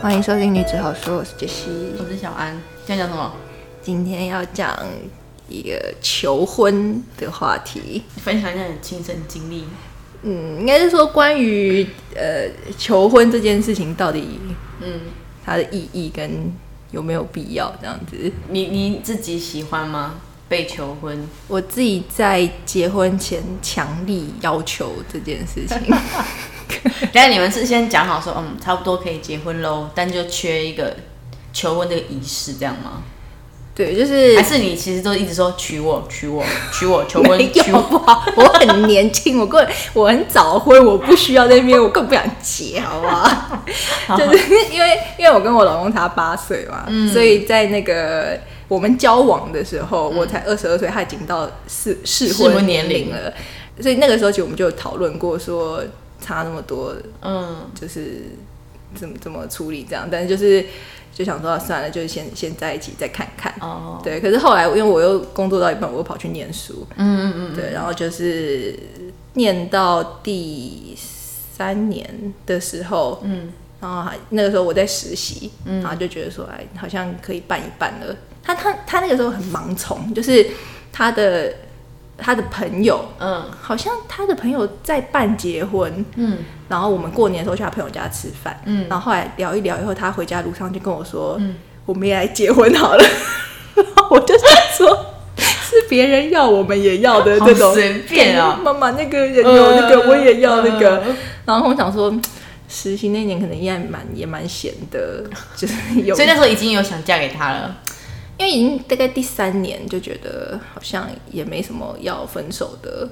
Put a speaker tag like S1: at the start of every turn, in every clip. S1: 欢迎收听《女子好说》，我是杰西。
S2: 我是小安，今天讲什么？
S1: 今天要讲一个求婚的话题，
S2: 分享一下你的亲身经历。
S1: 嗯，应该是说关于呃求婚这件事情到底
S2: 嗯，
S1: 它的意义跟有没有必要这样子。
S2: 你你自己喜欢吗？被求婚？
S1: 我自己在结婚前强力要求这件事情，
S2: 但你们是先讲好说，嗯，差不多可以结婚喽，但就缺一个求婚这个仪式，这样吗？
S1: 对，就是
S2: 还是你其实都一直说娶我，娶我，娶我， 求婚
S1: 没，有
S2: 娶我？
S1: 吧？ 我很年轻，我根本我很早婚，我不需要那边，我更不想结，好不 好？嗯就是因为因为我跟我老公差八岁嘛，所以在那个我们交往的时候，我才二十二岁，他已经到适嗯适
S2: 适
S1: 婚
S2: 婚年
S1: 龄
S2: 龄
S1: 了，所以那个时候其实我们就有讨论过说差那么多，
S2: 嗯，
S1: 就是怎么怎么处理这样，但是就是就想说、啊算了，就是先先在一起再看看。
S2: 哦，
S1: 对，可是后来因为我又工作到一半，我又跑去念书，
S2: 嗯嗯
S1: 对，然后就是念到第三年的时候，嗯，然后还那个时候我在实习，
S2: 嗯
S1: 然后就觉得说，哎，好像可以办一办了。他他他那个时候很盲从，就是他的他的朋友，
S2: 嗯
S1: 好像他的朋友在办结婚，
S2: 嗯
S1: 然后我们过年的时候去他朋友家吃饭，
S2: 嗯
S1: 然后后来聊一聊以后，他回家路上就跟我说，我们也来结婚好了。然后我就想说， 是别人要我们也要的
S2: 哦好
S1: 这种
S2: 随便啊
S1: 妈妈那个人有那个，
S2: 嗯
S1: 我也要那个
S2: 嗯。
S1: 然后我想说，实习那年可能也蛮也蛮闲的，就是有，
S2: 所以那时候已经有想嫁给他了。
S1: 因为已经大概第三年就觉得好像也没什么要分手的。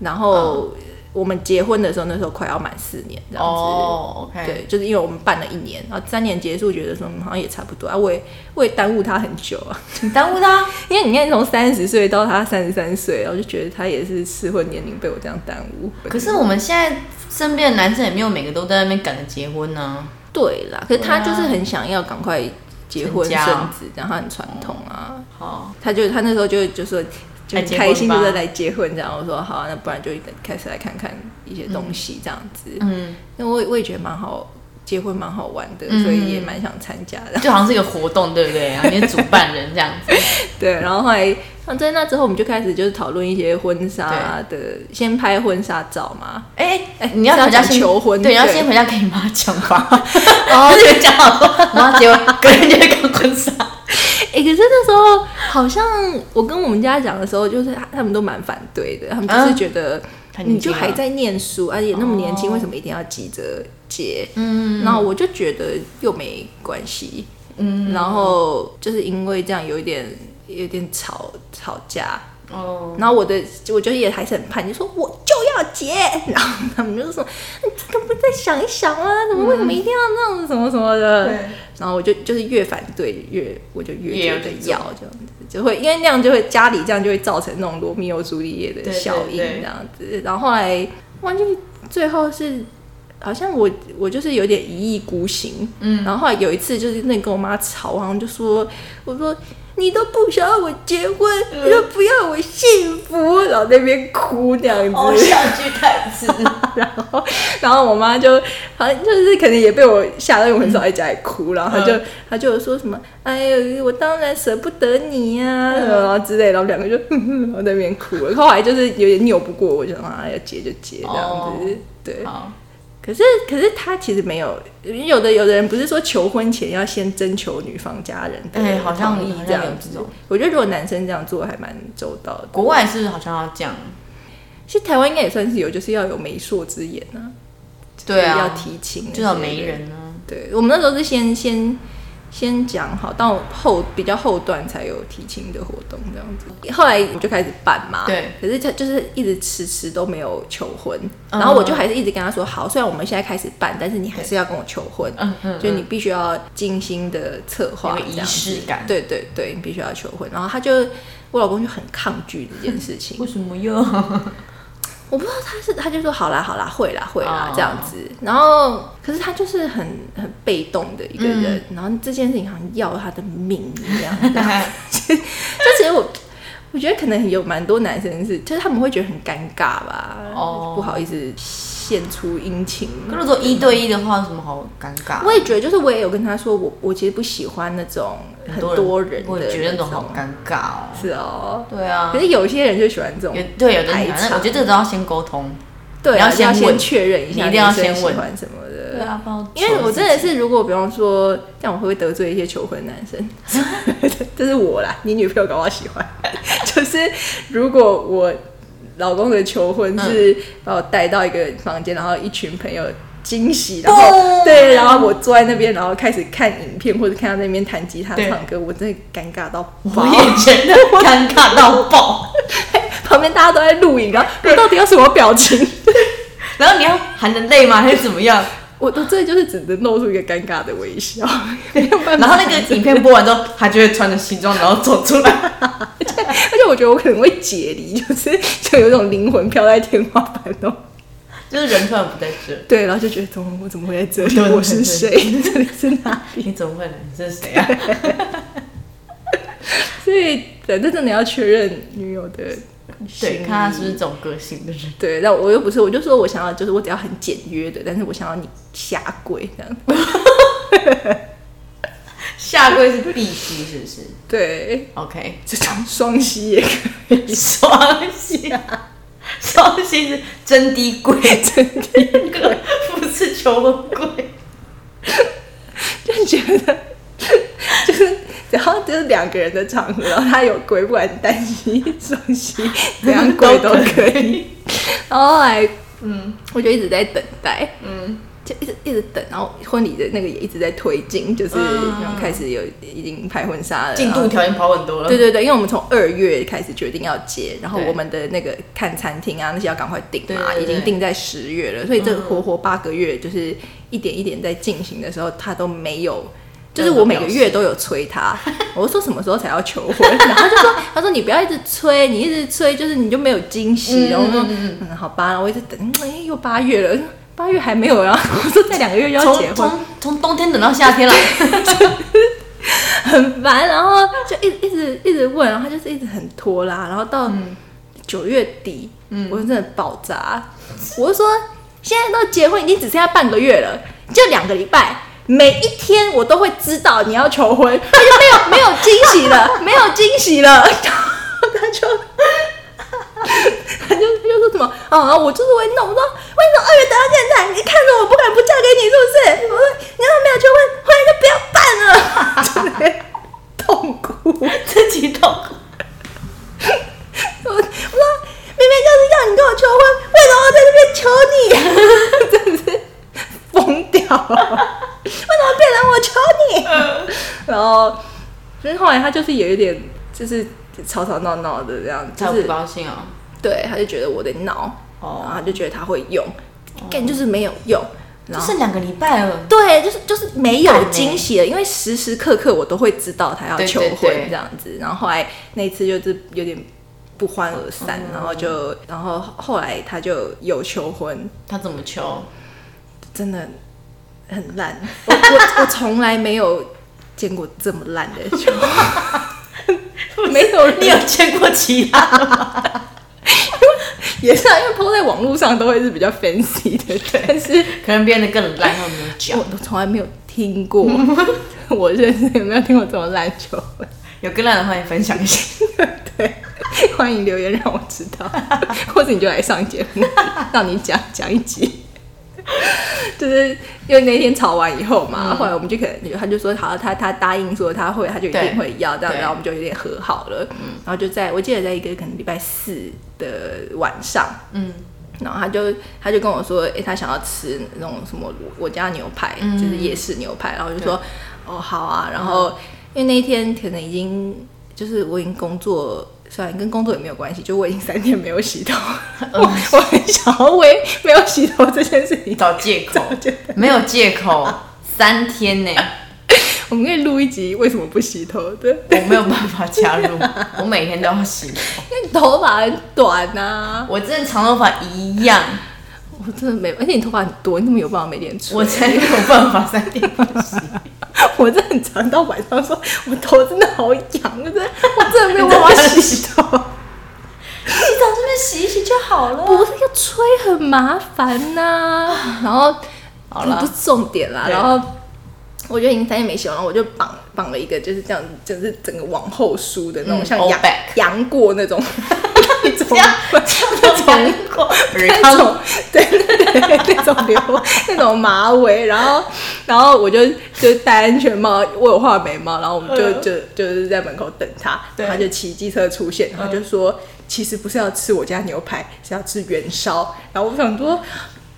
S1: 然后
S2: 嗯
S1: 我们结婚的时候，那时候快要满四年这样子。
S2: 哦，OK，
S1: 对，就是因为我们办了一年，然后三年结束，觉得说嗯好像也差不多啊，我也我也耽误他很久啊，
S2: 你耽误他，
S1: 因为你看从三十岁到他三十三岁，然后就觉得他也是适婚年龄被我这样耽误。
S2: 可是我们现在身边的男生也没有每个都在那边赶着结婚呢、
S1: 对啦，可是他就是很想要赶快结婚
S2: 啊成
S1: 生
S2: 家
S1: 子，然后他很传统啊，
S2: 好，
S1: 他就他那时候就就说就
S2: 来
S1: 很
S2: 结婚
S1: 开心，就
S2: 吧
S1: 是来结婚这样。我说好、啊，那不然就开始来看看一些东西这样子。
S2: 嗯，
S1: 那、我也我也觉得蛮好，结婚蛮好玩的，
S2: 嗯
S1: 所以也蛮想参加的。
S2: 就好像是一个活动，对不对？然后你是主办人这样子，
S1: 对，然后后来，像在那之后，我们就开始就是讨论一些婚纱的，先拍婚纱照嘛。
S2: 哎、你要
S1: 是要
S2: 回家
S1: 讲
S2: 先
S1: 求婚
S2: 对，你要
S1: 对
S2: 先回家跟你妈讲 吧。哦，这个讲好说，我要结婚，隔天就会搞婚纱。
S1: 哎、可是那时候好像我跟我们家讲的时候，就是他们都蛮反对的，他们就是
S2: 啊
S1: 觉得
S2: 太年轻了啊
S1: 你就还在念书，而且那么年轻，
S2: 哦
S1: 为什么一定要急着结？
S2: 嗯
S1: 然后我就觉得又没关系，
S2: 嗯，
S1: 然后就是因为这样有一点有点吵吵架，
S2: 哦，
S1: 然后我的，我觉得也还是很叛逆，说我就要结， 然后他们就说你这个不再想一想吗？怎么为什么一定要那样子什么什么的？
S2: 对
S1: 然后我就就是越反对越我就越
S2: 越
S1: 觉
S2: 要
S1: 得
S2: 去做
S1: 要这样子，就会因为那样就会家里这样就会造成那种罗密欧朱丽叶的
S2: 对
S1: 效应
S2: 对对
S1: 这样子。然后后来忘记最后是好像我我就是有点一意孤行，嗯，然后后来有一次就是那跟我妈吵，我好像就说我说你都不想要我结婚，
S2: 嗯
S1: 你都不要我幸福，然后在那边哭这样子，
S2: 偶像剧台词，
S1: 然后，然后我妈就好像就是可能也被我吓到，因为我很少在家里哭，然后她就、
S2: 嗯
S1: 她就说什么，哎呦，我当然舍不得你呀、
S2: 嗯
S1: 什么然后之类的，然后两个就然后在那边哭，后来就是有点拗不过我，就说啊要结就结这样子，
S2: 哦
S1: 对。
S2: 好，
S1: 可是可是他其实没有，有的有的人不是说求婚前要先征求女方家人的
S2: 哎好像
S1: 同意
S2: 好像
S1: 这样
S2: 有
S1: 子
S2: 这种，
S1: 我觉得如果男生这样做还蛮周到的。
S2: 国外是不是好像要这样？
S1: 其实台湾应该也算是有，就是要有媒妁之言啊。
S2: 对啊，
S1: 要提琴，
S2: 就要媒。人啊。
S1: 对我们那时候是先先先讲好，到后比较后段才有提琴的活动这样子。后来我们就开始办嘛，
S2: 对
S1: 可是他就是一直迟迟都没有求婚，
S2: 嗯
S1: 然后我就还是一直跟他说，好，虽然我们现在开始办，但是你还是要跟我求婚，
S2: 嗯嗯
S1: 就你必须要精心的策划
S2: 有个仪
S1: 这样子
S2: 式感
S1: 对对对，你必须要求婚。然后他就我老公就很抗拒这件事情，
S2: 为什么 要？
S1: 我不知道他是，他就说好啦好啦会啦会啦、
S2: 哦
S1: 这样子，然后可是他就是很很被动的一个人，
S2: 嗯
S1: 然后这件事情好像要他的命一样。这 样就其实我我觉得可能有蛮多男生是，就是他们会觉得很尴尬吧，
S2: 哦
S1: 不好意思献出殷勤
S2: 那
S1: 嘛。
S2: 如果一对一的话，有什么好尴尬？
S1: 我也觉得，就是我也有跟他说，我我其实不喜欢那种很多人的
S2: 我也觉得那种好
S1: 种
S2: 尴尬哦。
S1: 是哦。
S2: 对啊
S1: 可，是有些人就喜欢这种
S2: 有，对有的
S1: 排
S2: 人，反正
S1: 场
S2: 我觉得这个都要先沟通。
S1: 对啊，
S2: 你要
S1: 要
S2: 先
S1: 先
S2: 问
S1: 确认一下，
S2: 你一定要先
S1: 喜
S2: 问
S1: 欢什么的。
S2: 啊，不然
S1: 因为我真的是，如果比方说，这样我会不会得罪一些求婚男生？ 这是我啦，你女朋友搞不好喜欢。 就是如果我老公的求婚是把我带到一个房间，然后一群朋友惊喜，然后
S2: 嘣
S1: 对，然后我坐在那边，然后开始看影片或者看他那边弹吉他
S2: 对
S1: 唱歌，我真的尴尬到爆
S2: 我。也觉得尴尬到爆。
S1: 旁边大家都在录影，然后我到底要什么表情？
S2: 然后你要含着泪吗？还是怎么样？
S1: 我我这就是只能露出一个尴尬的微笑，没有办法
S2: 然后那个影片播完之后，他就会穿着西装然后走出来。
S1: 而且我觉得我可能会解离，就是就有一种灵魂飘在天花板哦。
S2: 就是人突然不在这儿，
S1: 对，然后就觉得怎么我怎么会在这里？
S2: 对对对
S1: 我是谁？ 这里是哪里？
S2: 你怎么会来？你这是谁啊？
S1: 所以反正真的要确认女友的心
S2: 对，
S1: 意
S2: 看他是不是这种个性的人。
S1: 对，但我又不是，我就说我想要，就是我只要很简约的，但是我想要你下跪这样。
S2: 下跪是必须，是不是
S1: 对，
S2: ？OK，
S1: 这种双膝也可以，
S2: 双膝啊，双膝是真低跪，真低 跪，不是求婚跪。
S1: 就觉得就是只要就是两个人的场合，然后他有跪，不管单膝、双膝怎样跪都可 以。然后后来
S2: 嗯
S1: 我就一直在等待，
S2: 嗯，
S1: 就一直一直等，然后婚礼的那个也一直在推进，就是
S2: 嗯
S1: 然后开始有已经拍婚纱了，
S2: 进
S1: 然
S2: 度
S1: 后
S2: 条件跑很多了。
S1: 对对对，因为我们从二月开始决定要结，然后
S2: 对
S1: 我们的那个看餐厅啊那些要赶快订嘛，
S2: 对对对
S1: 已经定在十月了，所以这活活八个月就是一点一点在进行的时候，他都没有。就是我每个月都有催他， 我说什么时候才要求婚，然后他就说他说你不要一直催，你一直催就是你就没有惊喜。
S2: 嗯
S1: 然后我说
S2: 嗯嗯
S1: 嗯好吧，然后我一直等，嗯哎又八月了，八月还没有啊， 我说再两个月就要结婚，
S2: 从从从冬天等到夏天了，
S1: 很烦，然后就一一直一直问，然后他就是一直很拖拉，然后到九月底，我真的爆炸，我就说现在都结婚已经只剩下半个月了，就两个礼拜。每一天我都会知道你要求婚，他就没有没有惊喜了，没有惊喜了，然后他就他就他就说什么啊，我就是会弄，我说为什么二月等到现在？你看着我不敢不嫁给你是不是？我说你要没有求婚，婚礼就不要办了， 就是那边痛哭。
S2: 自己痛苦。
S1: 我我说明明就是要你跟我求婚，为什么我在这边求你？ 真是疯掉了！ 为什么变成我求你？然后，所以后来他就是有一点，就是吵吵闹闹的这样，
S2: 他
S1: 就是
S2: 不高兴哦。
S1: 对，他就觉得我在闹，
S2: 哦
S1: 然后他就觉得他会用，但就是没有用，
S2: 就
S1: 然后。
S2: 剩两个礼拜了，
S1: 哦对，就是就是没
S2: 很
S1: 有
S2: 淡欸
S1: 惊喜了，因为时时刻刻我都会知道他要
S2: 对
S1: 求
S2: 对
S1: 婚
S2: 对
S1: 这样子。然后后来那一次就是有点不欢而散，然后就然后后来他就有求婚，
S2: 他怎么求？
S1: 真的很烂。我我我从来没有见过这么烂的求 婚，没有人
S2: 你有见过其他？
S1: 也是啊，因为抛在网络上都会是比较 fancy 的，但是
S2: 可能别人的更烂，他没有讲
S1: 我。我从来没有听 过，我认识有没有听过这么烂球？
S2: 有更烂的话，你分享一下。
S1: 对，欢迎留言让我知道， 或者你就来上节目，让你讲讲一集。 就是因为那天吵完以后
S2: 嗯
S1: 嘛，后来我们就可能他就说好，他他答应说他会，他就一定
S2: 对
S1: 会要这样，
S2: 对嗯
S1: 然后我们就有点和好了。然后就在我记得在一个可能礼拜四的晚上，
S2: 嗯，
S1: 然后他就他就跟我说，诶，他想要吃那种什么我家牛排，就是夜市牛排。然后我就说，哦，好啊。然后、因为那一天可能已经就是我已经工作，虽然跟工作也没有关系，就我已经三天没有洗头， 我我很想要为没有洗头这件事情。
S2: 找借口
S1: 找借，
S2: 没有借口，三天呢，
S1: 我们可以录一集为什么不洗头的，
S2: 我没有办法加 入，我每天都要洗头，
S1: 因为头发很短呐、啊，
S2: 我真的长头发一样，
S1: 我真的没，而且你头发很多，你怎么有办法每天吹？
S2: 我才没有办法三天不 洗。
S1: 我真的很常到晚上说，我头真的好 痒，我真的我真的没有办法洗头。
S2: 洗澡这边洗一洗就好了。
S1: 不是要吹很麻烦呐、然 后
S2: 好啦
S1: 不是重点啦，啊
S2: 对
S1: 然后我就已经三天没洗完了，我就绑绑了一个就是这样，就是整个往后梳的那种，
S2: 嗯
S1: 像
S2: all
S1: 杨
S2: back
S1: 杨过 那种，那种
S2: 这样这样 都讲过，
S1: 那种 对对对那种刘那种马尾，然后然后我就就戴安全帽，我有画眉毛，然后我们就
S2: 嗯
S1: 就就是在门口等他，
S2: 对嗯
S1: 他就骑机车出现，然后就说其实不是要吃我家牛排，是要吃元宵，然后我想说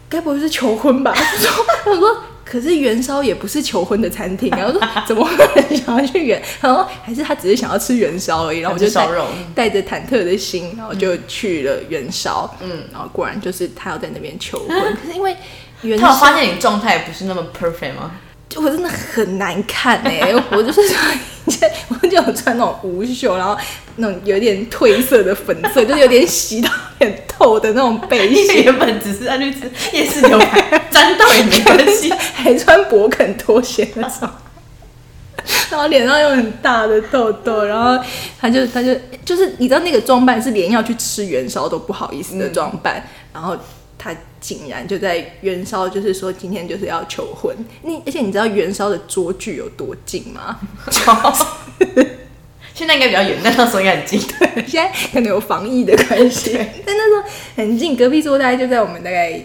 S1: 该不会是求婚吧？ 他说他说。可是元宵也不是求婚的餐厅，然啊后说怎么会有人想要去元？然后还是他只是想要吃元宵而已，然后我就
S2: 想吃烧
S1: 带
S2: 肉
S1: 带着忐忑的心，然后就去了元宵，
S2: 嗯
S1: 嗯，然后果然就是他要在那边求婚， 可是因为元
S2: 他有
S1: 宵
S2: 发现你状态不是那么 perfect 吗？
S1: 我真的很难看哎、我就是穿一件， 我就有穿那种无袖，然后那种有点褪色的粉色，就是有点洗到有点透的那种背
S2: 你
S1: 心，
S2: 原本只是要去吃夜市牛排，沾到也没关系。
S1: 还穿勃肯拖鞋那 种。然后脸上有很大的痘痘，然后他就他就就是你知道那个装扮是连要去吃元宵都不好意思的装扮，
S2: 嗯
S1: 然后他竟然就在元宵就是说今天就是要求婚，你而且你知道元宵的桌距有多近吗？
S2: 现在应该比较远，但那时候应该很近。
S1: 现在可能有防疫的关系，但那时候很近，隔壁桌大概就在我们大概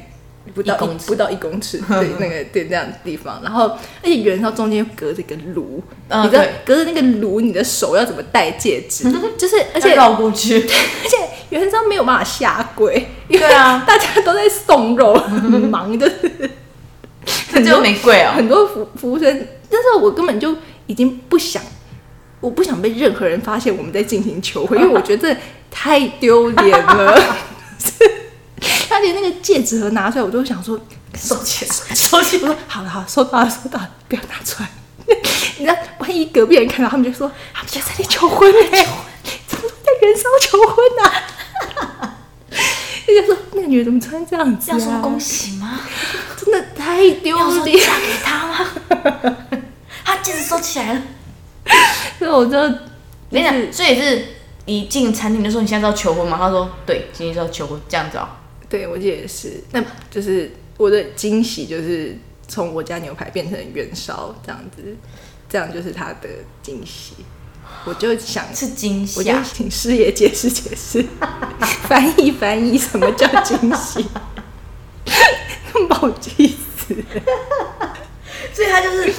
S1: 不到
S2: 一公尺
S1: 不到一公尺， 对那个对那样的地方。然后，而且元宵中间又隔着一个炉，
S2: 嗯
S1: 你知道
S2: 对
S1: 隔着那个炉，你的手要怎么戴戒指？ 就是而且
S2: 要绕过去，
S1: 而且元宵没有办法下跪，因为
S2: 对啊
S1: 大家都在送肉， 很忙就是
S2: 这 就玫瑰哦。
S1: 很多服服务生，但是我根本就已经不想，我不想被任何人发现我们在进行求婚，因为我觉得这太丢脸了。 他连那个戒指盒拿出来，我都想说
S2: 收起来，收起
S1: 我说好了好了，收到了收到了，不要拿出来。 你知道，万一隔壁人看到，他们就说他们在这里求婚呢，求婚，怎么在燃烧求婚呢、啊？ 人家说那个女的怎么穿这样子、啊？
S2: 喜吗？
S1: 真的太丢脸了。
S2: 给他吗？ 他戒指收起来了。
S1: 所以我就
S2: 我跟你讲，所以是一进餐厅就说你现在是要求婚吗？他说对，今天是要求婚，这样子哦。
S1: 对，我记得也是。那就是我的惊喜，就是从我家牛排变成元宵这样子，这样就是他的惊喜。我就想，
S2: 是惊啊
S1: 我就
S2: 吓，
S1: 请师爷解释解 释，翻译翻译什么叫惊喜， 把我气死。
S2: 所以他就是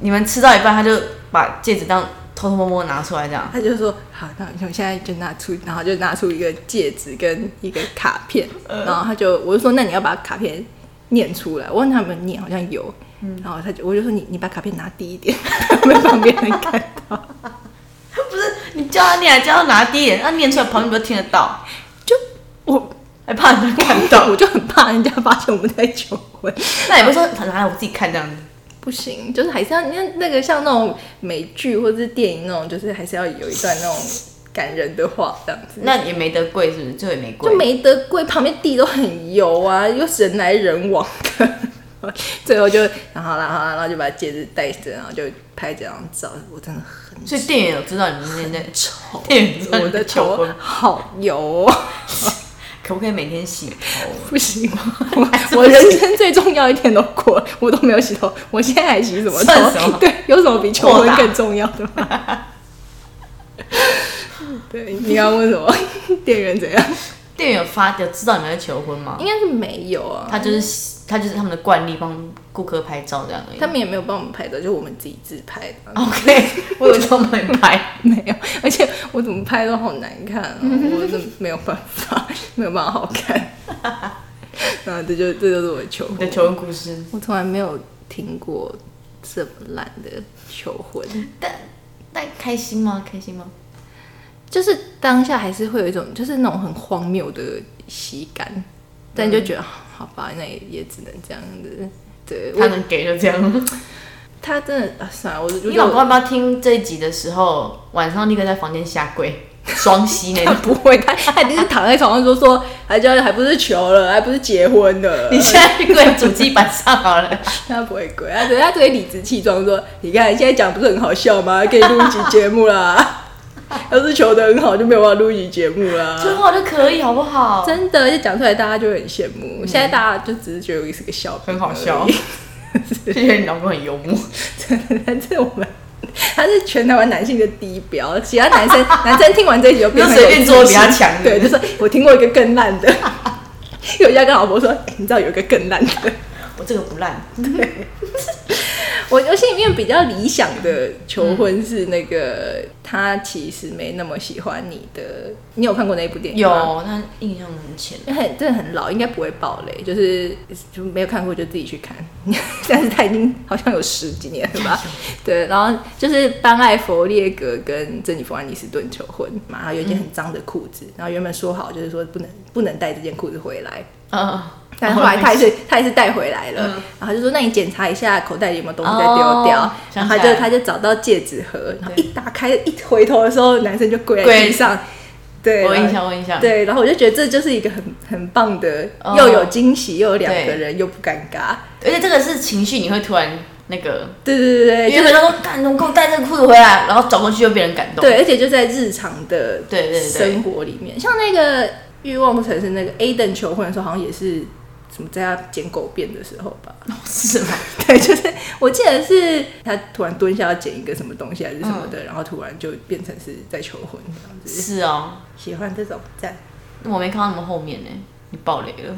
S2: 你们吃到一半，他就把戒指当偷偷摸摸拿出来这样。
S1: 他就说：“好，那我现在就拿出，然后就拿出一个戒指跟一个卡片，然后他就我就说，那你要把卡片念出来。我问他们念，好像有，然后他就我就说你你把卡片拿低一点， 被旁边人看到，
S2: 不是你叫他念，叫他拿低一点，他念出来旁边不就听得 到，
S1: 就我
S2: 还怕人家看
S1: 我
S2: 到。
S1: 就很怕人家发现我们在求婚，
S2: 那也不是说拿来我自己看这样子，
S1: 不行，就是还是要那那个像那种美剧或者是电影那种，就是还是要有一段那种感人的话这样子。”
S2: 那也没得跪是不是？就也没跪
S1: 就。没得跪，旁边地都很油啊，又人来人往的。 最后就，然后好啦好啦，然后就把戒指戴着，然后就拍这张照。我真的很
S2: 所以店员有知道你们今天在
S1: 丑，
S2: 店员知道
S1: 我
S2: 你
S1: 的
S2: 在求
S1: 头
S2: 啊婚，
S1: 好油、哦，
S2: 可不可以每天洗头？
S1: 不 行，我我人生最重要一天都过了，我都没有洗头，我现在还洗什么
S2: 算什
S1: 头
S2: 么？
S1: 对，有什么比求
S2: 豁
S1: 婚
S2: 达
S1: 更重要的吗？ 对，你刚刚问什么？ 店员怎样？
S2: 店员有发有知道你们在求婚吗？
S1: 应该是没有啊，
S2: 他就是他就是他们的惯例，帮顾客拍照这样而已
S1: 他。们也没有帮我们拍的，就我们自己自拍的。
S2: OK，我 有帮你拍，
S1: 没有，而且我怎么拍都好难看 啊，我真的没有办法，没有办法好看。 那这就这就是我的求
S2: 你的
S1: 婚，
S2: 求婚故事。
S1: 我从来没有听过这么烂的求婚，
S2: 但但开心吗？开心吗？
S1: 就是当下还是会有一种就是那种很荒谬的喜感，但就觉得、好吧，那也也只能这样子。对，
S2: 他
S1: 我
S2: 能给就这 样。
S1: 他真的啊，算了，我
S2: 你
S1: 你
S2: 老公要不要听这一集的时候，晚上立刻在房间下跪，双膝那
S1: 他
S2: 种？
S1: 不会，他他一定是躺在床上说说，还叫还不是求了，还不是结婚 了，
S2: 你现在去跪主机板上好 了。
S1: 他不会跪，他只他只会理直气壮说：“你看，你现在讲不是很好笑吗？可以录一集节目啦。” 要是求的很好，就没有办法录一集节目啦。
S2: 很好就可以，好不好？
S1: 真的，就讲出来大家就会很羡慕。现在大家就只是觉得我是个嗯笑柄
S2: 很好笑
S1: 而已
S2: 谢谢你老公很幽默，
S1: 真的，但是我们 他是全台湾男性的低标，其他男生 男生听完这一集就变
S2: 就
S1: 成
S2: 随便做比他强的
S1: 对，就说我听过一个更烂的。 有一家跟老婆说、欸你知道有一个更烂的。
S2: 我这个不烂，
S1: 我我心里面比较理想的求婚是那个、他其实没那么喜欢你的，你有看过那一部电影
S2: 有
S1: 吗？，
S2: 但印象很浅。
S1: 因为很真的很老，应该不会爆雷，就是就没有看过就自己去看。 但是他已经好像有十几年了吧？对，然后就是班艾佛列格跟珍妮弗·安妮斯顿求婚嘛，然后有一件很脏的裤子，然后原本说好就是说不能不能带这件裤子回来，
S2: 嗯，
S1: 但后来他也 是他也是带回来了，然后他就说：“那你检查一下口袋里有没有东西再丢掉。
S2: 哦
S1: 然
S2: 想
S1: 后
S2: 起
S1: 他
S2: 来
S1: 就他就找到戒指盒，然后一打开一回头的时候，男生就跪在地上。对，
S2: 我
S1: 然
S2: 有
S1: 后
S2: 印象，我有印象。
S1: 对，然后我就觉得这就是一个很很棒的，
S2: 哦
S1: 又有惊喜，又有两个
S2: 对
S1: 人，又不尴尬。
S2: 而且这个是情绪，你会突然那个，
S1: 对对对
S2: 因
S1: 对，
S2: 为
S1: 就
S2: 他说感动，给我带这个裤子回来，然后转过去就被人感动。
S1: 对，而且就在日常的
S2: 对对对
S1: 生活里面，像那个欲望城市那个 Aden 求婚的时候，好像也是什么在他捡狗便的时候吧。
S2: 是吗？
S1: 对，就是我记得是他突然蹲下要捡一个什么东西还是什么的，然后突然就变成是在求婚这样子。
S2: 是哦，
S1: 喜欢这种赞，
S2: 我没看到你们后面呢，你爆雷 了。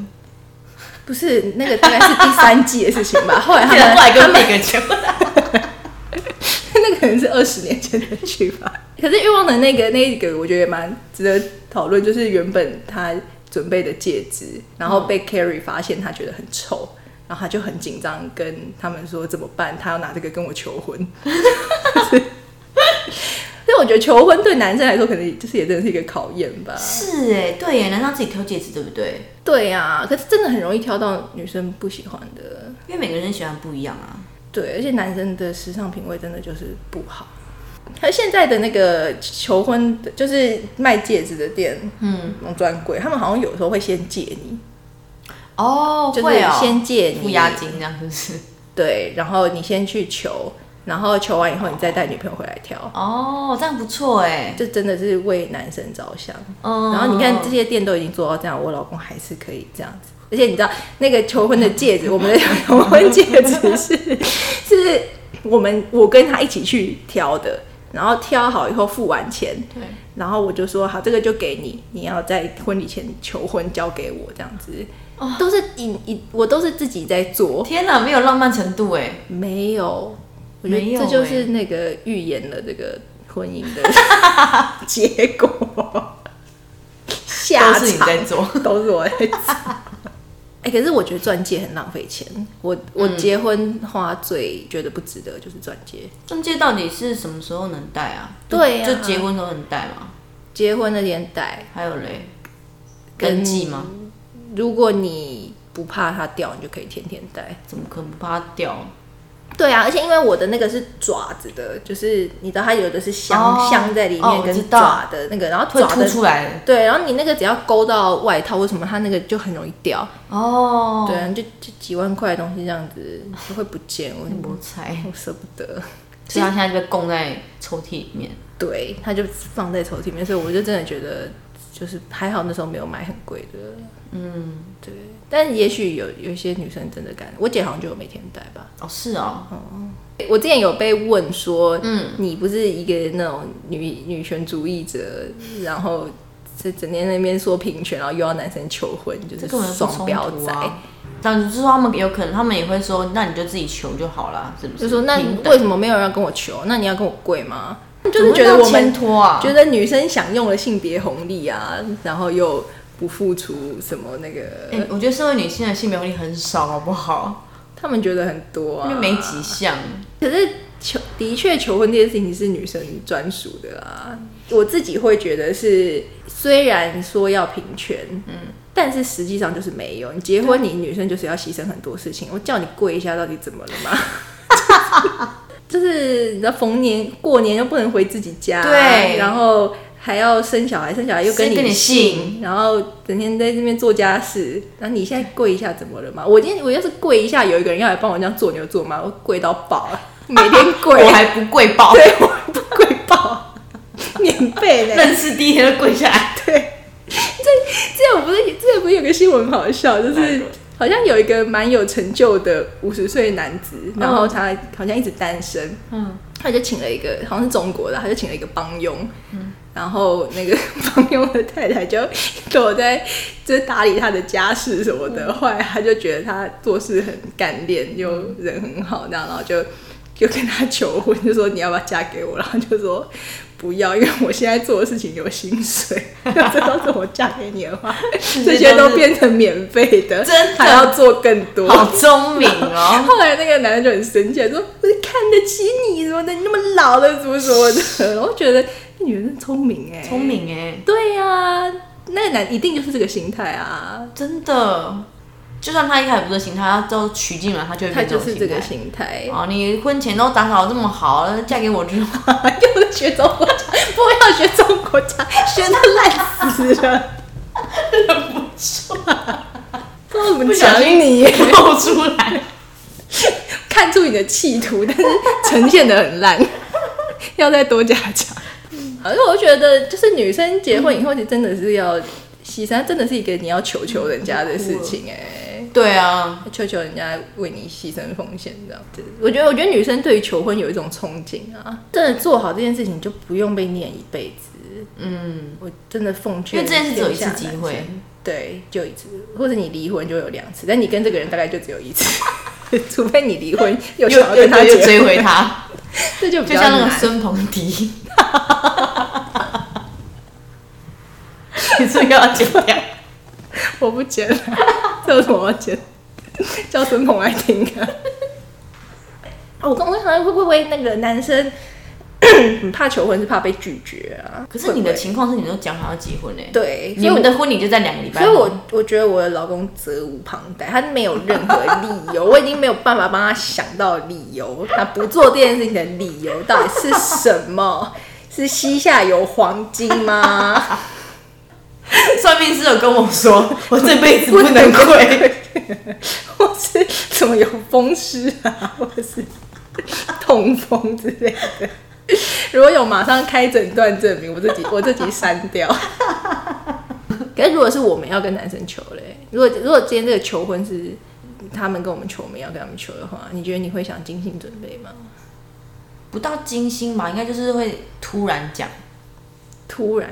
S1: 不是那个大概是第三季的事情吧？后来 他
S2: 竟然
S1: 们
S2: 后来跟每个结婚，
S1: 那可能是二十年前的剧吧。 可是欲望的那个那个，我觉得也蛮值得讨论，就是原本他准备的戒指，然后被 Carrie 发现，他觉得很臭。然后他就很紧张，跟他们说怎么办？他要拿这个跟我求婚。 所以我觉得求婚对男生来说，可能就是也真的是一个考验吧。
S2: 是哎，对耶，难道自己挑戒指对不对？
S1: 对啊，可是真的很容易挑到女生不喜欢的。
S2: 因为每个人喜欢不一样啊。
S1: 对，而且男生的时尚品味真的就是不好。还有现在的那个求婚的，就是卖戒指的店，嗯，那种专柜，他们好像有时候会先借你，
S2: 哦，
S1: 就是
S2: 会哦，
S1: 先借
S2: 付
S1: 你
S2: 押金这样是不是？
S1: 对，然后你先去求，然后求完以后你再带女朋友回来挑，
S2: 哦，这样不错哎。
S1: 这真的是为男生着想。
S2: 嗯，
S1: 然后你看这些店都已经做到这样，我老公还是可以这样子。而且你知道那个求婚的戒指，我们的 求婚戒指是是我们我跟他一起去挑的，然后挑好以后付完钱，
S2: 对，
S1: 然后我就说好，这个就给你，你要在婚礼前求婚交给我这样子，都是一一我都是自己在做，
S2: 天哪，没有浪漫程度哎。
S1: 没有，我觉
S2: 没
S1: 得
S2: 有
S1: 这就
S2: 欸
S1: 是那个预言了这个婚姻 的结果，下
S2: 都是你
S1: 场
S2: 在做，
S1: 都是我在做。哎、可是我觉得钻戒很浪费钱。我我
S2: 嗯
S1: 结婚花最觉得不值得就是钻戒。
S2: 钻戒到底是什么时候能戴啊？
S1: 对啊
S2: 就就结婚的时候能戴吗？
S1: 结婚的年代，
S2: 还有嘞，
S1: 跟
S2: 登记吗？
S1: 如果你不怕它掉，你就可以天天戴。
S2: 怎么可能不怕它掉？
S1: 对啊，而且因为我的那个是爪子的，就是你知道它有的是镶
S2: 哦
S1: 镶、在里
S2: 哦
S1: 面，
S2: 我知
S1: 跟
S2: 道
S1: 爪的那个，然后
S2: 会
S1: 爪
S2: 凸
S1: 的
S2: 出来
S1: 对，然后你那个只要勾到外套，为什么它那个就很容易掉？
S2: 哦。
S1: 对，啊，就就几万块的东西这样子就会不见，我
S2: 我猜，
S1: 我舍不得。
S2: 所以它现在就被供在抽屉里面。
S1: 对，它就放在抽屉里面，所以我就真的觉得，就是还好那时候没有买很贵的，
S2: 嗯，
S1: 对。但也许有有一些女生真的敢，我姐好像就有每天戴吧。
S2: 哦，是哦，
S1: 我之前有被问说，
S2: 嗯，
S1: 你不是一个那种女女权主义者，然后是整天在那边说平权，然后又要男生求婚，就
S2: 这
S1: 是
S2: 根本就不
S1: 双
S2: 冲
S1: 标
S2: 突
S1: 仔。
S2: 啊。但就是说他们有可能，他们也会说，那你就自己求就好啦，是不是？
S1: 就说那你
S2: 平等
S1: 为什么没有人要跟我求？那你要跟我跪吗？就
S2: 怎
S1: 是
S2: 么
S1: 觉
S2: 会这
S1: 得
S2: 样
S1: 我们
S2: 牵拖啊，
S1: 觉得女生享用了性别红利啊，然后又不付出什么那
S2: 哎、
S1: 个，
S2: 我觉得身为女性的性别红利很少，好不好？
S1: 他们觉得很多
S2: 因
S1: 啊
S2: 为。没几项。
S1: 可是求的确求婚这件事情是女生专属的啦。我自己会觉得是，虽然说要平权，嗯，但是实际上就是没有。你结婚，你女生就是要牺牲很多事情。我叫你跪一下，到底怎么了嘛？ 就是你知道逢年过年又不能回自己家，
S2: 对
S1: 然后还要生小孩，生小孩又跟
S2: 生跟
S1: 你
S2: 你
S1: 姓，
S2: 姓
S1: 然后整天在这边做家事，然后你现在跪一下怎么了嘛？我今天我要是跪一下，有一个人要来帮我这样做牛做马， 我跪到爆啊，每天跪，
S2: 我还不跪爆，
S1: 对我跪爆，免费嘞。
S2: 认识第一天就跪下来，
S1: 对，这 之前我不是之前不是有个新闻很好笑，就
S2: 哪一
S1: 是
S2: 个
S1: 好像有一个蛮有成就的五十岁男子，然后他好像一直单身，
S2: 嗯，
S1: 他就请了一个好像是中国的，他就请了一个帮佣，
S2: 嗯
S1: 然后那个 帮佣的太太就都有在就是打理他的家事什么
S2: 嗯
S1: 的，后来他就觉得他做事很干练，又人很好，这样，然后就就跟他求婚，就说你要不要嫁给我，然后就说。不要，因为我现在做的事情有薪 水，那这都是我嫁给你的话，这些都变成免费的，
S2: 真的
S1: 还要做更多，
S2: 好聪明哦。
S1: 后来那个男的就很生气，说：“我是看得起你什么的，你那么老了，什么什么 的。”我就觉得那女人真聪明哎、
S2: 聪。明哎，
S1: 对呀、那个男一定就是这个心态啊，
S2: 真的，就算他一开始不是心态，他都取进来，他就会
S1: 他
S2: 变
S1: 就
S2: 成这
S1: 是
S2: 种
S1: 这个
S2: 态。
S1: 心态。
S2: 哦，你婚前都打扫得这么好，嫁给我之 后，
S1: 又学中国家，不要学中国家，学的烂死了， 忍不住。不知道怎么讲你，
S2: 露出来，
S1: 看出你的企图，但是呈现的很烂，要再多加强。而且我觉得，就是女生结婚以后，你真的是要洗衫，真的是一个你要求求人家的事情哎、
S2: 对啊，
S1: 求求人家为你牺牲奉献这样子。我觉得，我觉得女生对于求婚有一种憧憬啊，真的做好这件事情就不用被念一辈子。
S2: 嗯，
S1: 我真的奉
S2: 因
S1: 劝，
S2: 为这件事只有一次机会，，
S1: 对，就一次，或者你离婚就有两次，但你跟这个人大概就只有一次，除非你离婚又想要
S2: 又
S1: 跟他
S2: 又
S1: 结
S2: 又
S1: 婚
S2: 追回他，
S1: 这 就比
S2: 就
S1: 较
S2: 像那
S1: 难
S2: 个。孙鹏迪， 你这个要剪掉，
S1: 我不剪了，这有什么好剪？叫孙鹏来听啊。哦我刚刚想会不会那个男生很怕求婚是怕被拒绝啊？
S2: 可是你
S1: 会
S2: 的
S1: 不会
S2: 情况是你都讲好要结婚嘞，，欸
S1: 对，
S2: 你们的婚礼就在两个礼拜
S1: 所以
S2: 后，
S1: 我，所以我我觉得我的老公责无旁贷，他没有任何理由，我已经没有办法帮他想到理由，他不做这件事情的理由到底是什么？是膝下有黄金吗？
S2: 算命师有跟我 说，我这辈子不能跪，
S1: 或是怎么有风湿啊， 或是痛风之类的。如果有，马上开诊断证明，我自 己我自己删掉。 可是如果是我们要跟男生求嘞，如果如果今天这个求婚是他们跟我们求，我们要跟他们求的话，你觉得你会想精心准备吗？
S2: 不到金星吧，应该就是会突然讲，
S1: 突然，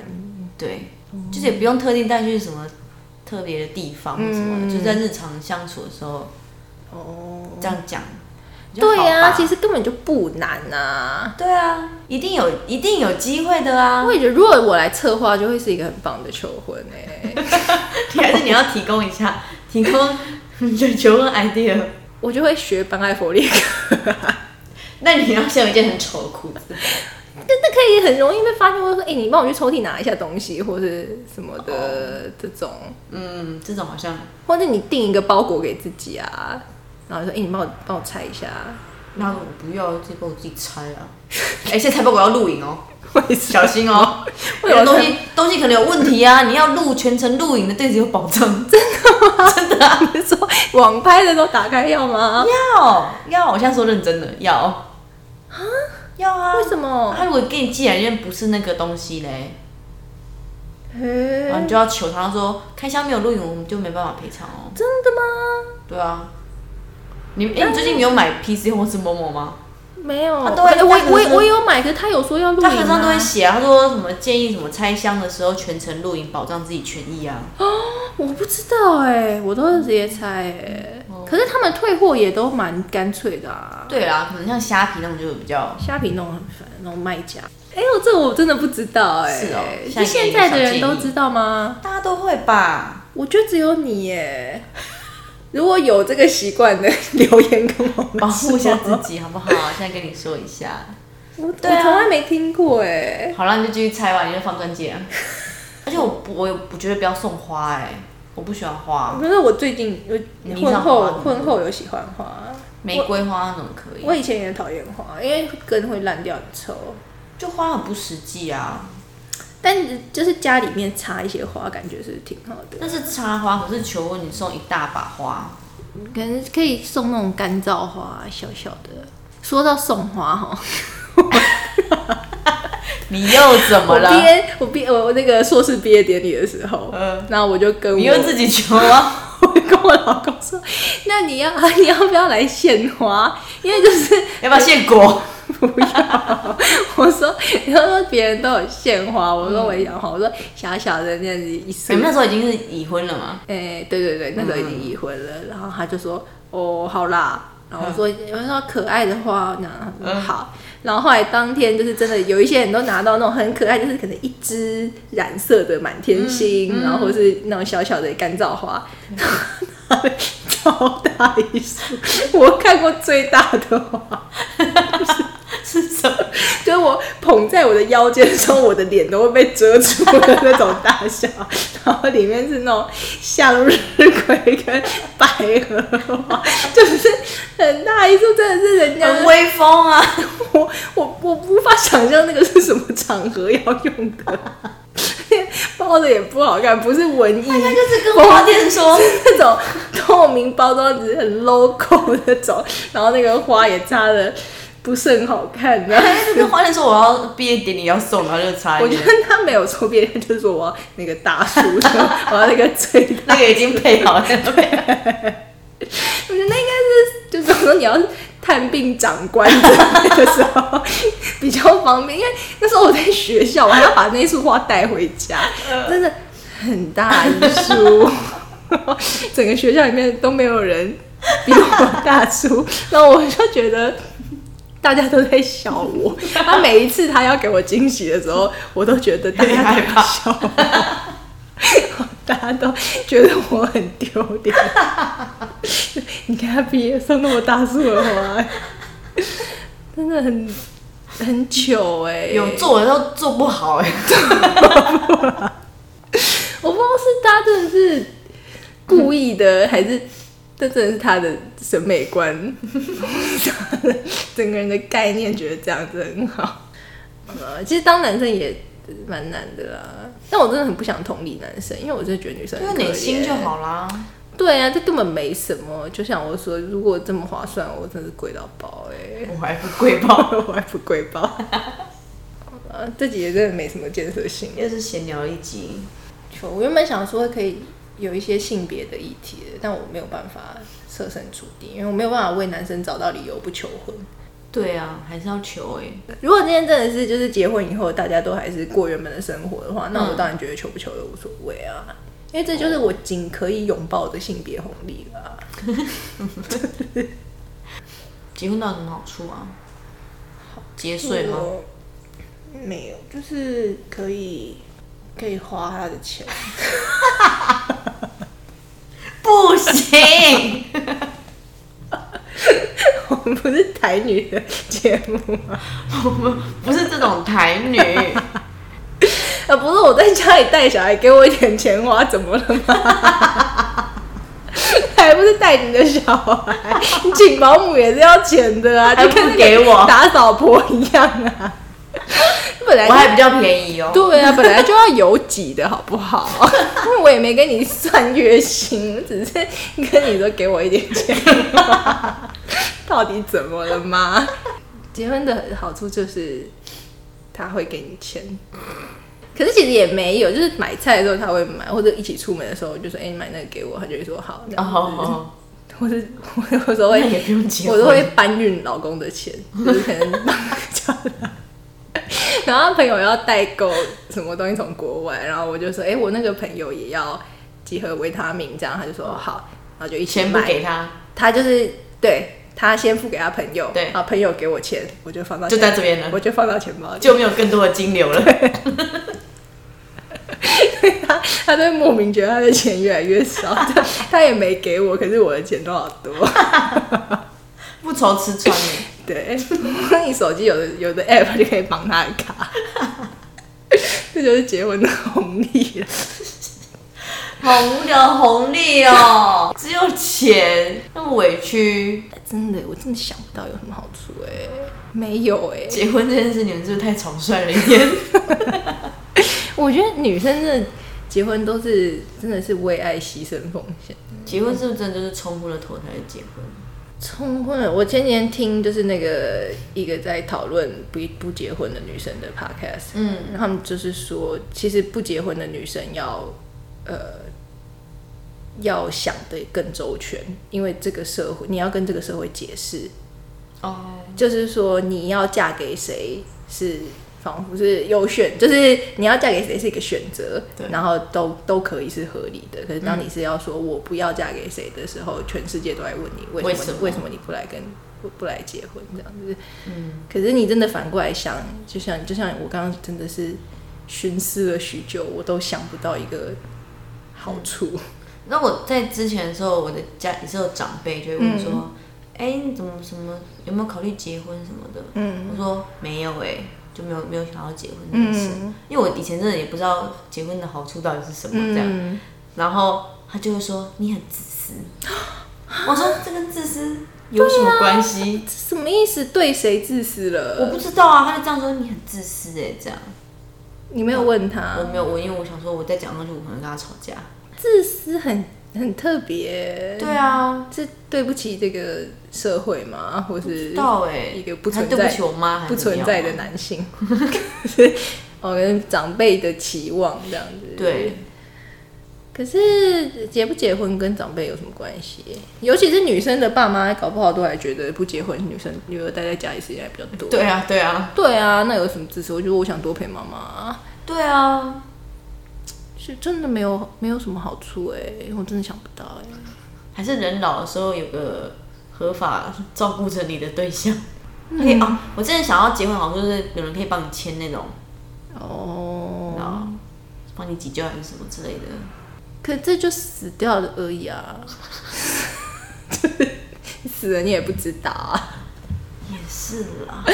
S2: 对，就是也不用特定带去什么特别的地方什么的，
S1: 嗯
S2: 就是在日常相处的时候
S1: 哦，
S2: 这样讲，
S1: 对呀、
S2: 呀、
S1: 其实根本就不难啊。
S2: 对啊，一定有一定有机会 的啊，
S1: 我也觉得，如果我来策划，就会是一个很棒的求婚哎、
S2: 还是你要提供一下，提供你的求婚 idea。
S1: 我就会学班艾佛列克。
S2: 那你要先有一件很丑的裤子，
S1: 但那可以很容易被发现，会说：“哎、你帮我去抽屉拿一下东西，或是什么的、这种，
S2: 嗯，这种好像
S1: 或者你订一个包裹给自己啊，然后说：‘哎、你帮我帮我拆一 下。
S2: 那我不要，这包我自己拆啊。哎、现在拆包裹要录影哦，’
S1: 为什
S2: 小
S1: 么？
S2: 心哦。
S1: 为什么
S2: 东西东西可能有问题啊，你要录全程录影的对自己有保证。
S1: 你是说网拍的都打开要吗？
S2: 要要，我现在说认真的要啊，要啊。
S1: 为什么？
S2: 他如果给你寄来因为不是那个东西嘞，
S1: 欸
S2: 然后你就要求他说开箱没有录影，我们就没办法赔偿哦。
S1: 真的吗？
S2: 对啊，你哎、你最近你有买 PC 或是某某吗？
S1: 没有。
S2: 啊对啊
S1: 可是我
S2: 那个是
S1: 我我有买，可是他有说要录影、
S2: 他
S1: 啊，
S2: 盒上都会写啊，他说什么建议什么拆箱的时候全程录影，保障自己权益啊。
S1: 我不知道哎、我都是直接拆哎、可是他们退货也都蛮干脆的啊。
S2: 对啦，可能像虾皮那种就是比较
S1: 虾皮弄很烦，那种卖家。哎、呦，这我真的不知道哎、
S2: 是哦
S1: 是现在的人都知道吗？
S2: 大家都会吧。
S1: 我觉得只有你耶。如果有这个习惯的，留言跟我们
S2: 保护一下
S1: 说
S2: 自己好不好？ 现在跟你说一下。
S1: 我我
S2: 对啊
S1: 从来没听过哎。
S2: 好了，你就继续猜吧，你就放钻 戒啊。而且我不，我也不觉得不要送花哎、我不喜欢花，
S1: 可是我最近我
S2: 你
S1: 婚
S2: 喜
S1: 后
S2: 欢花
S1: 婚后有喜欢花，
S2: 玫瑰花那种可以
S1: 我，以前也讨厌花，因为根会烂掉很臭。
S2: 就花很不实际啊。
S1: 但就是家里面插一些花，感觉是挺好的。
S2: 那是插花，可是求婚你送一大把花，
S1: 可能可以送那种干燥花，小小的。说到送花哈，
S2: 你又怎么
S1: 我
S2: 了？
S1: 毕业，我毕我我那个硕士毕业典礼的时候，
S2: 嗯
S1: 然后我就跟我
S2: 你又自己求 啊？
S1: 我跟我老公说，那你要 你要不要来献花？因为就是
S2: 要不要谢果？
S1: 我说， 你要说别人都有献花，我说我也想花，我说小小的那样子一束
S2: 你们那时候已经是已婚了嘛？
S1: 哎、对对对，那时候已经已婚了，然后他就说，哦，好啦，然后我说，我说可爱的花，那他说好。然后后来当天就是真的有一些人都拿到那种很可爱，就是可能一只染色的满天星，然后或是那种小小的干燥花，超大一束， 我看过最大的花，
S2: 是什么？
S1: 就是我捧在我的腰间时候，我的脸都会被遮住的那种大小，然后里面是那种向日葵跟百合花，就是很大一束，真的是人 家
S2: 很威风啊！
S1: 我我我无法想象那个是什么场合要用的， 包的也不好看，不是文艺，
S2: 那就是跟花店说，
S1: 那种 透明包装纸很 logo 那种，然后那个花也插的不是很好看，然后。
S2: 那就跟花店说我要毕业典礼要送，然后就差
S1: 我
S2: 一
S1: 觉
S2: 点
S1: 得。他没有抽别人，就是说我要那个大叔， 我要那个最大。
S2: 那个已经配好了，
S1: 我觉得那应该是，就是说你要探病长官之类的时候比较方便，因为那时候我在学校，我还要把那束花带回家，真的很大一束， 整个学校里面都没有人比我大束，然后我就觉得。大家都在笑我，他每一次他要给我惊喜的时候，我都觉得大
S2: 有
S1: 家
S2: 点害
S1: 都
S2: 怕
S1: 在笑我，大家都觉得我很丢脸。你看他毕业送那么大束的花，真的很很糗哎、
S2: 有做的都做不好 哎、
S1: 我不知道是他真的是故意的，还是 这真的是他的审美观，他的整个人的概念觉得这样子很好。呃，其实当男生也蛮难的啦，但我真的很不想同理男生，因为我真的觉得女生
S2: 因
S1: 很
S2: 为
S1: 可
S2: 你心
S1: 怜
S2: 就。好啦。
S1: 对啊，这根本没什么。就像我说，如果这么划算，我真的是贵到爆哎、
S2: 我还不跪爆，
S1: 我还不跪包。呃，这集也真的没什么建设性。
S2: 又是闲聊一集。
S1: 我原本想说可以有一些性别的议题的，但我没有办法设身处地，因为我没有办法为男生找到理由不求婚。
S2: 对啊，还是要求哎、
S1: 如果今天真的是就是结婚以后大家都还是过原本的生活的话，那我当然觉得求不求都无所谓啊，因为这就是我仅可以拥抱的性别红利了啊。
S2: 结婚到底有什么好处啊？节税吗？
S1: 我？没有，就是可以可以花他的钱。
S2: 不行，
S1: 我们不是台女的节目吗？
S2: 我们不是这种台 女。
S1: 啊，不是我在家里带小孩，给我一点钱花，怎么了吗？ 还不是带你的小孩，你请保姆也是要钱的啊，
S2: 还
S1: 就
S2: 不
S1: 跟那个
S2: 给我
S1: 打扫婆一样啊。 本来
S2: 我
S1: 就
S2: 还比较便宜哦。
S1: 对啊，本来就要有几的好不好？ 因为我也没跟你算月薪，我只是跟你说给我一点 钱，到底怎么了吗？结婚的好处就是他会给你钱，可是其实也没有，就是买菜的时候他会买，或者一起出门的时候我就说：“哎、你买那个给我。”他就会说：“好。”
S2: 哦，好好好，
S1: 或是 我有时候会
S2: 那也不用结婚
S1: 我都会搬运老公的钱，就是可能帮他。 然后他朋友要代购什么东西从国外，然后我就说，哎、我那个朋友也要几盒维他命，这样他就说好，然后就一起
S2: 钱哦不
S1: 买。
S2: 给他，
S1: 他就是对他先付给他朋友，
S2: 对
S1: 然后朋友给我钱，我就放到
S2: 就
S1: 钱
S2: 在这边了
S1: 我就放到钱包里。
S2: 就没有更多的金流了。
S1: 他他就会莫名觉得他的钱越来越少， 就他也没给我，可是我的钱都好多。
S2: 不愁吃穿欸耶。
S1: 对，你手机有的有的 app 就可以绑他的卡， 这就是结婚的红利了。
S2: 好无聊，红利哦， 只有钱，那么委屈。
S1: 真的，我真的想不到有什么好处哎、没有哎、
S2: 结婚这件事，你们是不是太草率了一点？
S1: 我觉得女生真的结婚都是真的是为爱牺牲奉献。
S2: 结婚是不是真的就是冲昏了头才会结婚？
S1: 冲婚了。我前几天听就是那个一个在讨论不不结婚的女生的 podcast，嗯，然后他们就是说，其实不结婚的女生要呃要想的更周全，因为这个社会你要跟这个社会解释，
S2: 哦，
S1: 就是说你要嫁给谁是仿佛是有选，就是你要嫁给谁是一个选择
S2: 对，
S1: 然后都都可以是合理的。可是当你是要说我不要嫁给谁的时候，全世界都在问你为什么为
S2: 为什
S1: 什
S2: 么
S1: 么你不来跟不不来结婚这样子。嗯，可是你真的反过来想，就像就像我刚刚真的是寻思了许久，我都想不到一个好处。
S2: 那我在之前的时候，我的家也是有长辈就会问说：“
S1: 嗯
S2: 哎、你怎么什么有没有考虑结婚什么的？”
S1: 嗯
S2: 我说没有哎、就没有没有想要结婚这件事，
S1: 嗯
S2: 因为我以前真的也不知道结婚的好处到底是什么这样。
S1: 嗯，
S2: 然后他就会说：“你很自私。” 我说：“这跟自私有什么关系？”
S1: 什么意思？对谁自私
S2: 我
S1: 了？
S2: 不知道啊，他就这样说：“你很自私哎、这样。呃
S1: 你没有问他
S2: 我，没有，我因为我想说，我再讲上去，我可能跟他吵架。
S1: 自私很很特别。
S2: 对啊，
S1: 这对不起这个社会嘛，或是
S2: 到哎、
S1: 一个不
S2: 他
S1: 存
S2: 对不
S1: 在、
S2: 起我妈，还
S1: 不
S2: 是怎么
S1: 存
S2: 样
S1: 在
S2: 啊
S1: 的男性， 可是哦，跟长辈的期望这样子。
S2: 对，
S1: 可是结不结婚跟长辈有什么关系？尤其是女生的爸妈，搞不好都还觉得不结婚，女生女儿待在家里时间还比较多。
S2: 对啊，对啊，
S1: 对啊，那有什么自私？我觉得我想多陪妈妈，
S2: 对啊，
S1: 是真的没有没有什么好处哎、我真的想不到哎、
S2: 还是人老的时候有个合法照顾着你的对象。
S1: 嗯
S2: 可以哦，我真的想要结婚，好像就是有人可以帮你签那种，
S1: 哦、
S2: 然后帮你挤救还是什么之类的。
S1: 可这就死掉了而已啊，就是 死了你也不知道啊，
S2: 也是啦，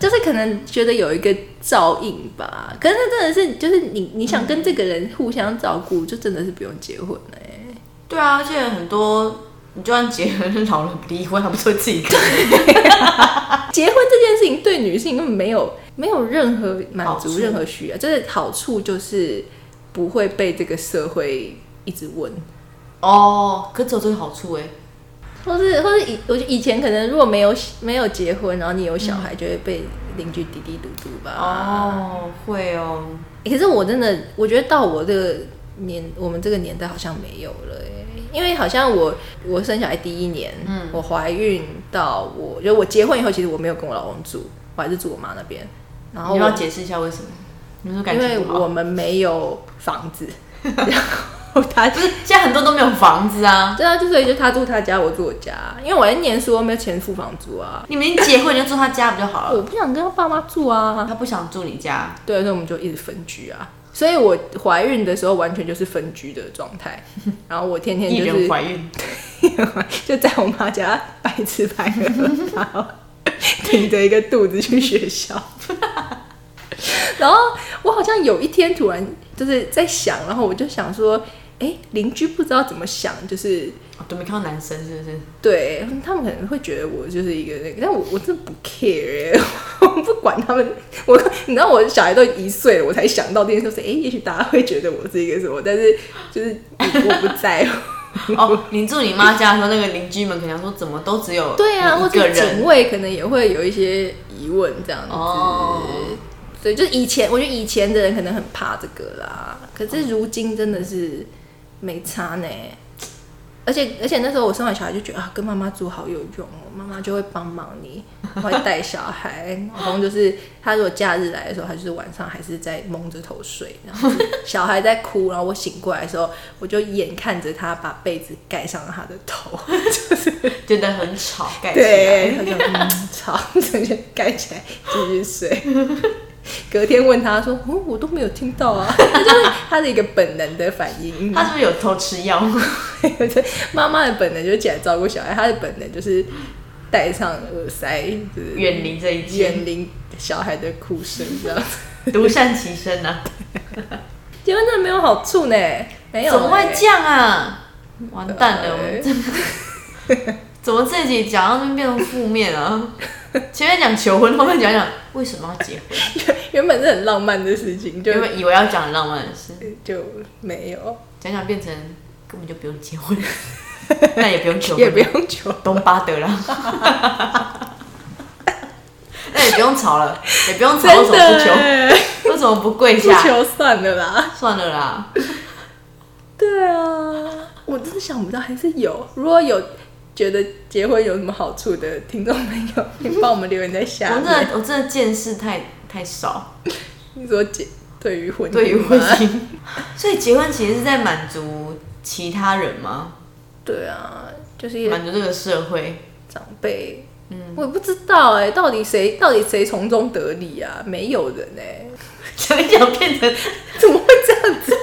S1: 就是可能觉得有一个照应吧。可是那真的是，就是你你想跟这个人互相照顾，就真的是不用结婚了欸、
S2: 对啊，而且很多你就算结婚，老了离婚，还不是会自己 看？
S1: 结婚这件事情对女性根本没有没有任何满
S2: 好处
S1: 足任何需要，就是好处就是不会被这个社会一直问。
S2: 哦，可只有这个好处哎、
S1: 或是或是以我以前可能如果没有没有结婚，然后你有小孩，就会被邻居嘀嘀嘟嘟吧。
S2: 哦，会哦，
S1: 欸可是我真的，我觉得到我这个年，我们这个年代好像没有了、欸，因为好像我我生小孩第一年，嗯，我怀孕到我就我结婚以后，其实我没有跟我老公住，我还是住我妈那边。然后
S2: 你要
S1: 我
S2: 不要解释一下为什么？你们说感
S1: 因为
S2: 情不好
S1: 我，们没有房 子，然后他
S2: 不是现在很多都没有房子啊。
S1: 对啊，就所以就他住他家，我住我家，因为我在念书，我没有钱付房租啊，
S2: 你们已经结婚，你就住他家不就好了？
S1: 我不想跟他爸妈住啊，
S2: 他不想住你家，
S1: 对，所以我们就一直分居啊。所以我怀孕的时候完全就是分居的状态，然后我天天
S2: 一
S1: 就是
S2: 人怀孕，
S1: 就在我妈家白吃白喝，然后 顶着一个肚子去学校。 然后我好像有一天突然就是在想，然后我就想说，哎，邻居不知道怎么想，就是
S2: 哦都没看到男生是不是？
S1: 对他们可能会觉得我就是一个那个，但我我真的不 care，、欸、我不管他们。我你知道我小孩都一岁了，我才想到这件事，就是哎，诶也许大家会觉得我是一个什么，但是就是我我不在乎。
S2: 哦，你住你妈家的时候，那个邻居们可能想说怎么都只有
S1: 对啊，
S2: 你
S1: 或
S2: 一个
S1: 者警
S2: 人
S1: 卫可能也会有一些疑问这样子。
S2: 哦
S1: 所以就以前，我觉得以前的人可能很怕这个啦，可是如今真的是没差呢。而且而且那时候我生完小孩就觉得啊，跟妈妈住好有用哦，妈妈就会帮忙你，会带小孩。老公就是他如果假日来的时候，他就是晚上还是在蒙着头睡，然后小孩在哭，然后我醒过来的时候，我就眼看着他把被子盖上他的头。
S2: 觉得很吵，盖起来。
S1: 对，他就嗯吵，直接盖起来继续睡。 隔天问他说：“哦，我都没有听到啊。”这就是他的一个本能的反 应。
S2: 他是不是有偷吃药？
S1: 妈妈的本能就是起来照顾小孩，他的本能就是戴上耳塞，就是
S2: 远离这一切，
S1: 远离小孩的哭声，这样。
S2: 独善其身啊！
S1: 结婚真的没有好处呢，没有、
S2: 怎么会
S1: 欸
S2: 这样啊？完蛋了，我
S1: 哎
S2: 们这 怎么自己讲到那边变成负面啊？前面讲求婚，后面讲讲为什么要结婚，
S1: 原原本是很 浪漫的事情，就
S2: 原本以为要讲浪漫的事，
S1: 就没有。
S2: 讲讲变成根本就不用结婚， 那也不用求婚，
S1: 也不用求，
S2: 东巴德啦。 那也不用吵了，也不用吵，为
S1: 真
S2: 什
S1: 的
S2: 么不求？
S1: 欸
S2: 为什么不跪
S1: 不
S2: 下？
S1: 求算了啦。
S2: 算了啦，
S1: 对啊，我真的想不到，还是有。如果有觉得结婚有什么好处的听众朋友，请帮我们留言在
S2: 我
S1: 下
S2: 真
S1: 面。
S2: 的我真的见识太太少，
S1: 你说结对于婚姻吗
S2: 对于婚，姻， 所以结婚其实是在满足其他人吗？
S1: 对啊，就是也
S2: 满足这个社会，
S1: 长辈。嗯，我也不知道哎、到底谁到底谁从中得利啊？没有人哎、
S2: 讲一讲变成
S1: 怎么会这样子？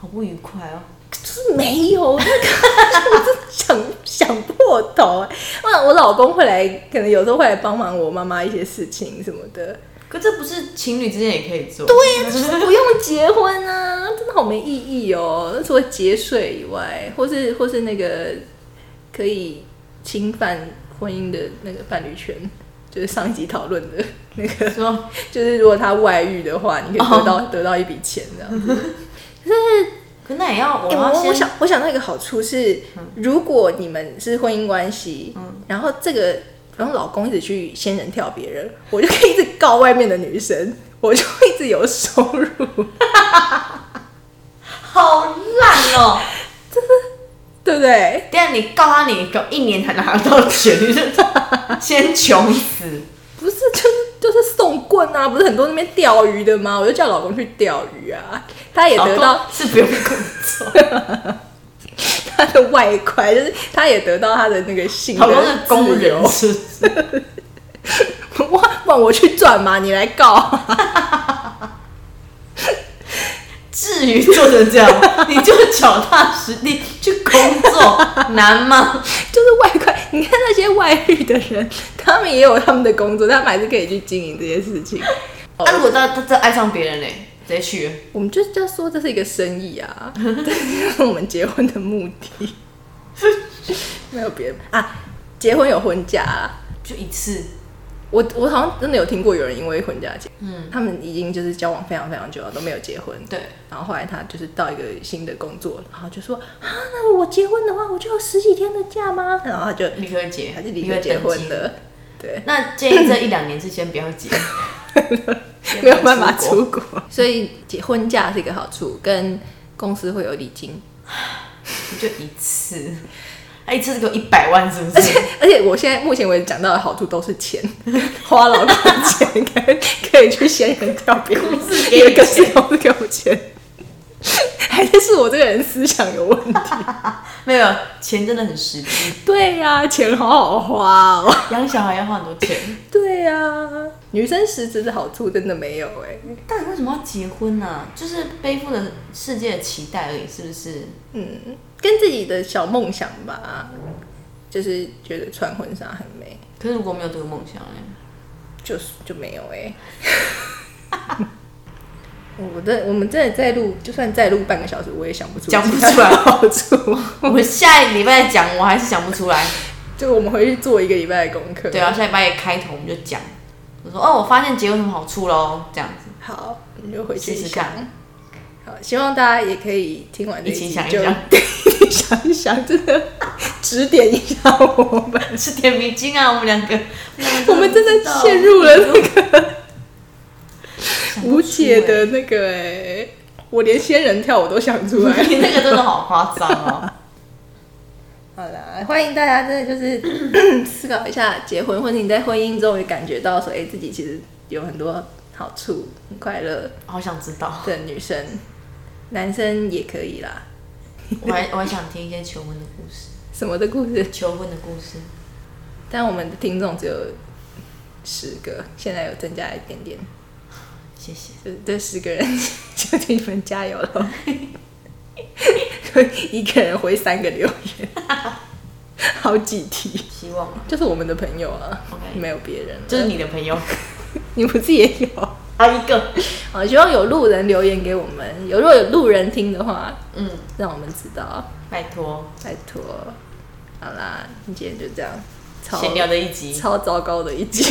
S2: 好不愉快哦。
S1: 就是没有，那个我真的想想破头、欸。我我老公会来，可能有时候会来帮忙我妈妈一些事情什么的。
S2: 可这不是情侣之间也可以做？对呀、
S1: 不用结婚啊，真的好没意义哦。除了节税以外，或是或是那个可以侵犯婚姻的那个伴侣权，就是上一集讨论的 那个，
S2: 说
S1: 就是如果他外遇的话，你可以得到、
S2: 哦
S1: 得到一笔钱这样子。
S2: 可那也嗯要我
S1: 欸
S2: 要
S1: 我
S2: 先、嗯
S1: 我想我想到一个好处是，如果你们是婚姻关系，然后这个然后老公一直去仙人跳别人，我就可以一直告外面的女生，我就会一直有收入。
S2: 好烂哦、
S1: 对不对？
S2: 等一下你告他，你搞一年才拿到钱，你是先穷死。
S1: 不是，就是就是送棍啊，不是很多那边钓鱼的吗？我就叫老公去钓鱼啊，他也得
S2: 老
S1: 到
S2: 公是不用工 作，
S1: 他的外快，就是他也得到他的那个性
S2: 老
S1: 的
S2: 公是工
S1: 自由
S2: 人，。是不是
S1: 我问我去赚嘛，你来告啊、
S2: 至于做成这样，你就脚踏实地去工作，难吗？
S1: 就是外快。你看那些外遇的人，他们也有他们的工作，他们还是可以去经营这些事情。
S2: 那、啊如果他他真爱上别人嘞，直接去了
S1: 我们就是要说这是一个生意啊， 这是我们结婚的目的，没有别的啊。结婚有婚假啊。
S2: 就一次，
S1: 我我好像真的有听过有人因为婚假结，
S2: 嗯
S1: 嗯，他们已经就是交往非常非常久了都没有结婚，
S2: 对，
S1: 然后后来他就是到一个新的工作，然后就说啊，那我结婚的话，我就有十几天的假吗？然后他就
S2: 立刻 结，
S1: 还是离婚结婚。的，对，
S2: 那建议这一两年是先不要结，
S1: 没有办法出
S2: 出
S1: 国，所以结婚假是一个好处，跟公司会有礼金，
S2: 就一次，他一次只给我一百万，是不
S1: 而
S2: 是
S1: 且？而且我现在目前为止讲到的好处都是钱， 花老公的钱跟可以去仙人跳别 人，
S2: 不是给你
S1: 有一个是都是给我钱， 还是是我这个人思想有问题？
S2: 没有钱真的很实际，
S1: 对呀、钱好好花哦。
S2: 养小孩要花很多钱。
S1: 对呀、女生实质的好处真的没有哎、
S2: 到底为什么要结婚呢、就是背负了世界的期待而已，是不是？
S1: 嗯，跟自己的小梦想吧，就是觉得穿婚纱很美，
S2: 可是如果没有这个梦 想呢？
S1: 就是就没有哎、 我的我们真的在录，就算再录半个小时，我也想不出
S2: 讲不
S1: 其他
S2: 出来
S1: 好处。
S2: 我下一礼拜讲，我还是想不出来。
S1: 就我们回去做一个礼拜的功课。
S2: 对，啊，下礼拜一开头我们就讲，我说哦，我发现结婚有什么好处喽，这样子。
S1: 好，我们就回去
S2: 试试
S1: 想。
S2: 看
S1: 好，希望大家也可以听完这
S2: 一
S1: 集
S2: 起想一
S1: 就
S2: 想，
S1: 一起想一想，真的指点一下我们。
S2: 是点迷津啊，我们两个，
S1: 我们真的陷入了那个无解的那个哎、我连仙人跳 我都想出来。
S2: 你那个真的好夸张哦。
S1: 好啦，欢迎大家真的就是 思考一下结婚，或者你在婚姻中也感觉到说，哎、自己其实有很多好处，很快乐
S2: 好想知道，
S1: 的女生，男生也可以啦。
S2: 我还我还想听一些求婚的故事，
S1: 什么的故事？
S2: 求婚的故事。
S1: 但我们的听众只有十个，现在有增加一点点，
S2: 谢谢。
S1: 就这十个人就替你们加油了。所以 一个人回三个留言， 好几题，
S2: 希望啊，
S1: 就是我们的朋友啊
S2: OK
S1: 没有别人了，
S2: 就是你的朋友，
S1: 你不是也有？
S2: 啊一个，
S1: 好，希望有路人留言给我们，有如果有路人听的话，
S2: 嗯，
S1: 让我们知道，
S2: 拜托，
S1: 拜托。好啦，今天就这样，超
S2: 闲聊的一集，
S1: 超糟糕的 一集，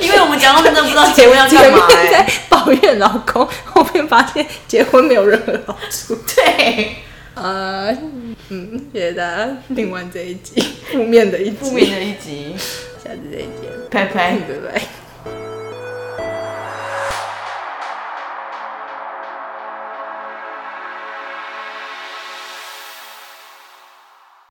S2: 因为我们讲到真的不知道结婚要
S1: 前
S2: 干
S1: 面
S2: 嘛哎、
S1: 在抱怨老公，后面发现结婚没有任何好处。
S2: 对，
S1: 呃，嗯，谢谢大家听完这一集，负面的一集，
S2: 负面的一集，
S1: 下次再见，嗯
S2: 拜拜。
S1: 拜拜。